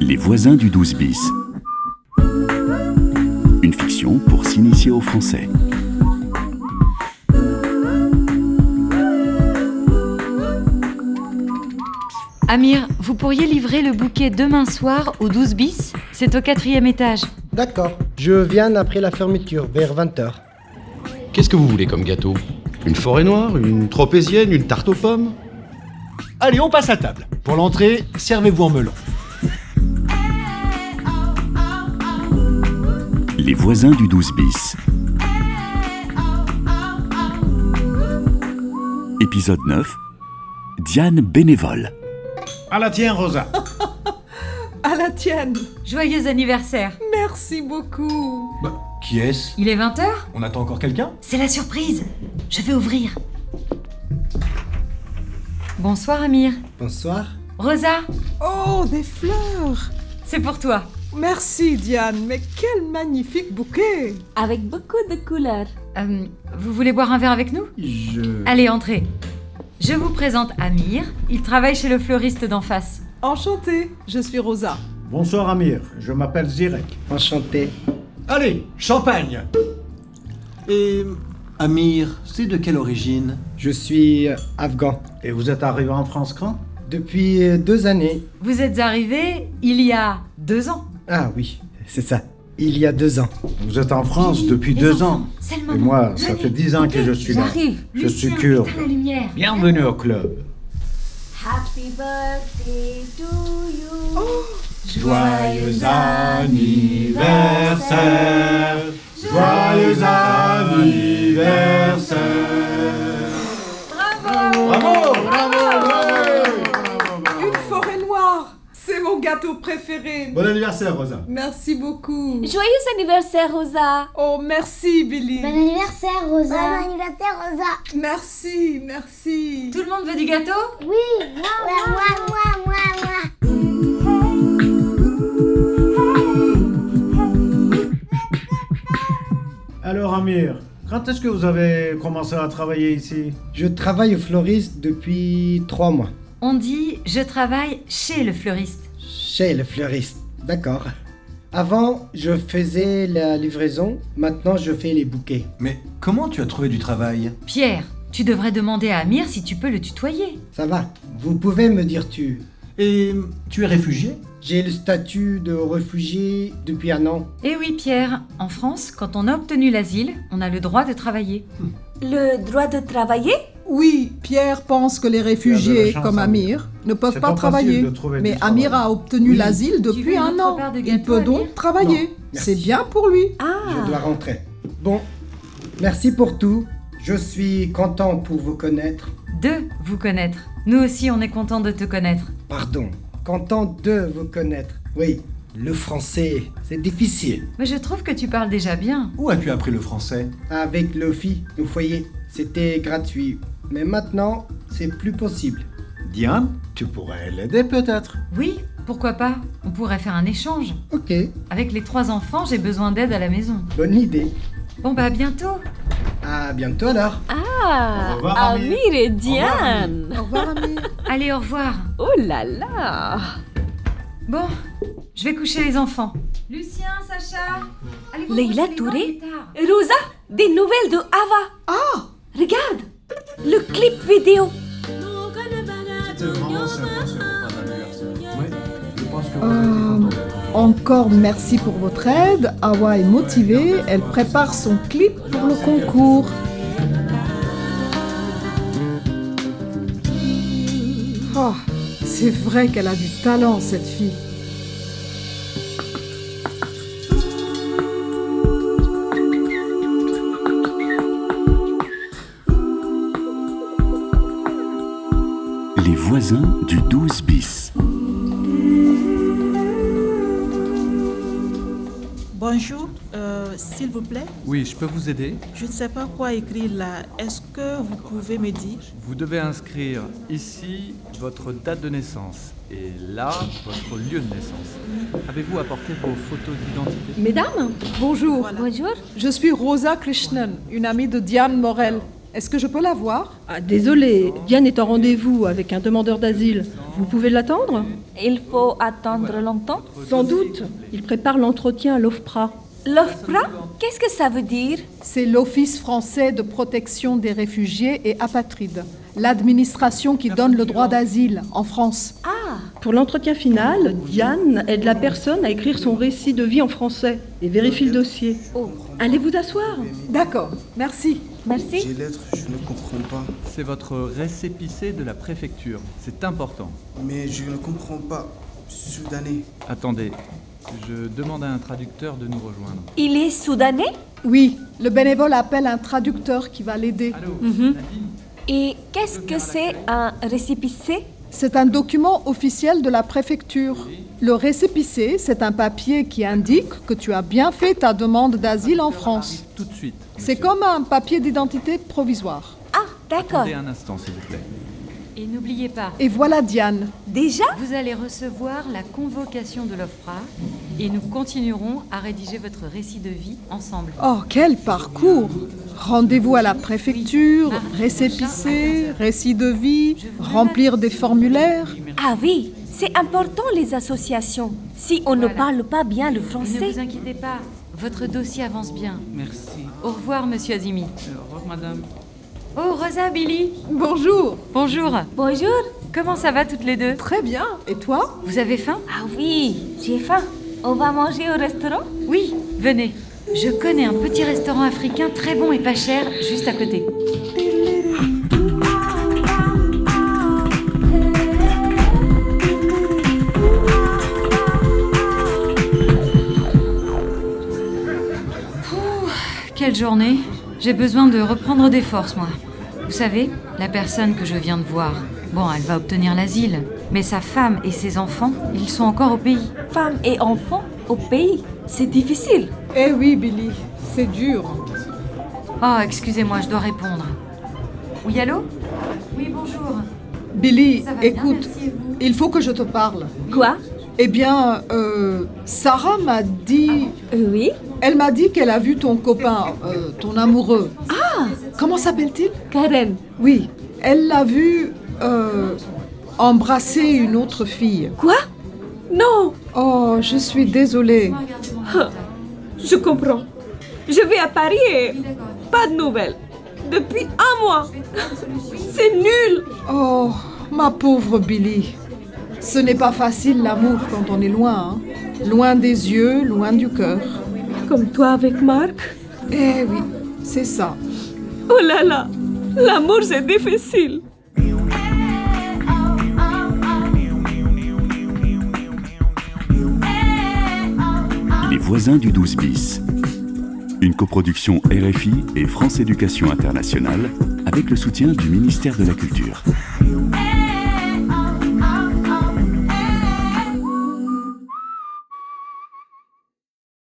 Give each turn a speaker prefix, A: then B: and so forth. A: Les voisins du 12 bis. Une fiction pour s'initier au français.
B: Amir, vous pourriez livrer le bouquet demain soir au 12 bis C'est au quatrième étage.
C: D'accord, je viens après la fermeture, vers 20h.
D: Qu'est-ce que vous voulez comme gâteau Une forêt noire, une tropézienne, une tarte aux pommes
E: Allez, on passe à table. Pour l'entrée, servez-vous en melon.
A: Les voisins du 12 bis. Épisode 9. Diane bénévole.
F: À Ah, la tienne, Rosa.
G: À la tienne.
B: Joyeux anniversaire
G: Merci beaucoup.
E: Bah, qui est-ce
B: Il est 20h
E: On attend encore quelqu'un
B: C'est la surprise Je vais ouvrir. Bonsoir Amir.
C: Bonsoir.
B: Rosa,
G: Oh, des fleurs.
B: c'est pour toi.
G: Merci Diane, mais quel magnifique bouquet.
H: avec beaucoup de couleurs.
B: Euh, vous voulez boire un verre avec nous
E: Je.
B: Allez, entrez. Je vous présente Amir. Il travaille chez le fleuriste d'en face.
G: Enchantée, je suis Rosa.
F: Bonsoir, Amir. Je m'appelle Zirek.
C: Enchanté.
E: Allez, champagne
I: Et Amir, c'est de quelle origine
C: Je suis euh, afghan.
F: Et vous êtes arrivé en France quand
C: Depuis euh, deux années.
B: Vous êtes arrivé il y a deux ans.
C: Ah oui, c'est ça. Il y a deux ans.
F: Vous êtes en France depuis
B: Les
F: deux
B: enfants,
F: ans.
B: C'est le
F: Et
B: moment.
F: moi, ça
B: Venez.
F: fait dix ans que je suis là.
H: J'arrive.
F: Je suis
B: Lucien,
F: kurde.
B: éteins la lumière.
F: Bienvenue au club.
H: Happy birthday to you.
F: Joyeux anniversaire Joyeux anniversaire Bravo Bravo Bravo
G: Une forêt noire. C'est mon gâteau préféré.
F: Bon anniversaire, Rosa
G: Merci beaucoup.
H: Joyeux anniversaire, Rosa.
G: Oh, merci Billy.
J: anniversaire, Rosa. Bon anniversaire, Rosa.
G: Merci, merci.
B: Tout le monde veut du gâteau
J: Oui, moi, moi, moi, moi, moi.
F: Alors Amir, quand est-ce que vous avez commencé à travailler ici
C: Je travaille au fleuriste depuis trois mois.
B: On dit je travaille chez le fleuriste.
C: Chez le fleuriste. D'accord. Avant, je faisais la livraison. Maintenant, je fais les bouquets.
I: Mais comment tu as trouvé du travail
B: Pierre, tu devrais demander à Amir si tu peux le tutoyer.
C: Ça va. Vous pouvez me dire tu.
I: Et tu es réfugié
C: J'ai le statut de réfugié depuis un an.
B: Eh oui, Pierre, en France, quand on a obtenu l'asile, on a le droit de travailler.
H: Le droit de travailler
G: Oui, Pierre pense que les
F: Il y a de
G: réfugiés
F: la chance,
G: comme
F: Amir.
G: Amir ne peuvent
F: C'est
G: pas,
F: pas facile
G: travailler.
F: de trouver du
G: Mais
F: travail.
G: Amir a obtenu
C: Oui.
G: l'asile
B: veux
G: depuis
B: une
G: un
B: autre
G: an.
B: part de
G: Il
B: gâteau,
G: peut donc
B: Amir
G: travailler.
C: merci.
G: C'est bien pour lui. Ah.
C: Je dois rentrer. Bon, merci pour tout. Je suis content pour vous connaître.
B: De vous connaître. Nous aussi, on est content de te connaître.
C: Pardon, content de vous connaître. Oui, le français, c'est difficile.
B: Mais je trouve que tu parles déjà bien.
I: Où as-tu appris le français
C: Avec Lofi, au foyer, c'était gratuit. Mais maintenant, c'est plus possible.
I: Diane, tu pourrais l'aider peut-être
B: Oui, pourquoi pas On pourrait faire un échange.
C: Ok,
B: Avec les trois enfants, j'ai besoin d'aide à la maison.
C: bonne idée.
B: Bon bah à bientôt.
C: À bientôt alors.
H: Ah,
F: Au revoir, Amir.
H: Amir et Diane.
G: Au revoir, Amir.
B: Allez, au revoir.
H: Oh là là.
B: Bon, je vais coucher les enfants. Lucien, Sacha, allez
H: Leïla Touré Rosa, des nouvelles de Ava. Ah
J: Oh.
H: Regarde Le clip vidéo.
I: Oui, je pense que vous
G: Euh, Encore merci pour votre aide. Awa est motivée. Elle prépare son clip pour le concours. Oh, c'est vrai qu'elle a du talent, cette fille.
A: Les voisins du 12 bis.
K: Bonjour, euh, s'il vous plaît,
L: Oui, je peux vous aider.
K: je ne sais pas quoi écrire là. Est-ce que vous pouvez me dire
L: Vous devez inscrire ici votre date de naissance et là votre lieu de naissance. Avez-vous apporté vos photos d'identité
H: Mesdames,
G: Bonjour,
K: Voilà.
H: bonjour.
G: je suis Rosa Krishnan, une amie de Diane Morel. Est-ce que je peux la voir
M: Ah, désolé, Diane est en rendez-vous avec un demandeur d'asile. Vous pouvez l'attendre
H: Il faut attendre longtemps
M: Sans doute. Il prépare l'entretien à l'OFPRA.
H: L'OFPRA Qu'est-ce que ça veut dire
G: C'est l'Office français de protection des réfugiés et apatrides, l'administration qui donne le droit d'asile en France.
H: Ah
M: Pour l'entretien final, Diane aide la personne à écrire son récit de vie en français et vérifie le dossier.
H: Oh.
M: Allez vous asseoir.
G: D'accord, merci.
H: Merci.
I: lettres, je ne comprends pas.
L: C'est votre récépissé de la préfecture. C'est important.
I: Mais je ne comprends pas. Soudanais.
L: Attendez, je demande à un traducteur de nous rejoindre.
H: Il est soudanais
G: Oui, le bénévole appelle un traducteur qui va l'aider. Mhm.
H: Et qu'est-ce que c'est un récépissé
G: C'est un document officiel de la préfecture. Le récépissé, c'est un papier qui indique que tu as bien fait ta demande d'asile en France.
L: Tout de suite.
G: C'est comme un papier d'identité provisoire.
H: Ah, d'accord.
L: Attendez un instant, s'il vous plaît.
B: Et n'oubliez pas,
G: Et voilà Diane.
H: Déjà
B: vous allez recevoir la convocation de l'OFPRA et nous continuerons à rédiger votre récit de vie ensemble.
G: Oh, quel parcours Rendez-vous à la préfecture, récépissé, récit de vie, remplir des formulaires.
H: Ah oui, c'est important les associations. Si on ne parle pas bien le
B: Ne
H: français,
B: vous inquiétez pas, votre dossier avance bien.
L: Merci.
B: Au revoir, monsieur Azimi.
L: Au revoir, madame.
B: Oh, Rosa, Billy
G: Bonjour
B: Bonjour
H: Bonjour
B: Comment ça va toutes les deux
G: Très bien. Et toi
B: Vous avez faim
H: Ah oui, j'ai faim. On va manger au restaurant
B: Oui, venez. Je connais un petit restaurant africain très bon et pas cher, juste à côté. Pouh, Quelle journée J'ai besoin de reprendre des forces, moi. Vous savez, la personne que je viens de voir, bon, elle va obtenir l'asile, mais sa femme et ses enfants, ils sont encore au pays.
H: Femmes et enfants au pays, c'est difficile.
G: Eh oui, Billy, c'est dur.
B: Oh, excusez-moi, je dois répondre. Oui, allô Oui, bonjour.
G: Billy,
B: Ça va bien,
G: écoute,
B: merci, et vous
G: il faut que je te parle.
H: Quoi
G: Eh bien, euh, Sarah m'a dit...
B: Ah,
H: Euh, Oui
G: Elle m'a dit qu'elle a vu ton copain, euh, ton amoureux.
H: Ah,
G: Comment s'appelle-t-il
H: Karen.
G: Oui, elle l'a vu euh, embrasser une autre fille.
H: Quoi Non,
G: Oh, je suis désolée.
H: je comprends. Je vais à Paris et pas de nouvelles. Depuis un mois. C'est nul.
G: Oh, ma pauvre Billy. Ce n'est pas facile l'amour quand on est loin. hein. Loin des yeux, loin du cœur.
H: Comme toi avec Marc.
G: Eh oui, c'est ça.
H: Oh là là, l'amour c'est difficile.
J: Eh, oh,
A: Les voisins du 12 bis. Une coproduction RFI et France Éducation Internationale avec le soutien du ministère de la Culture.
H: Eh, oh,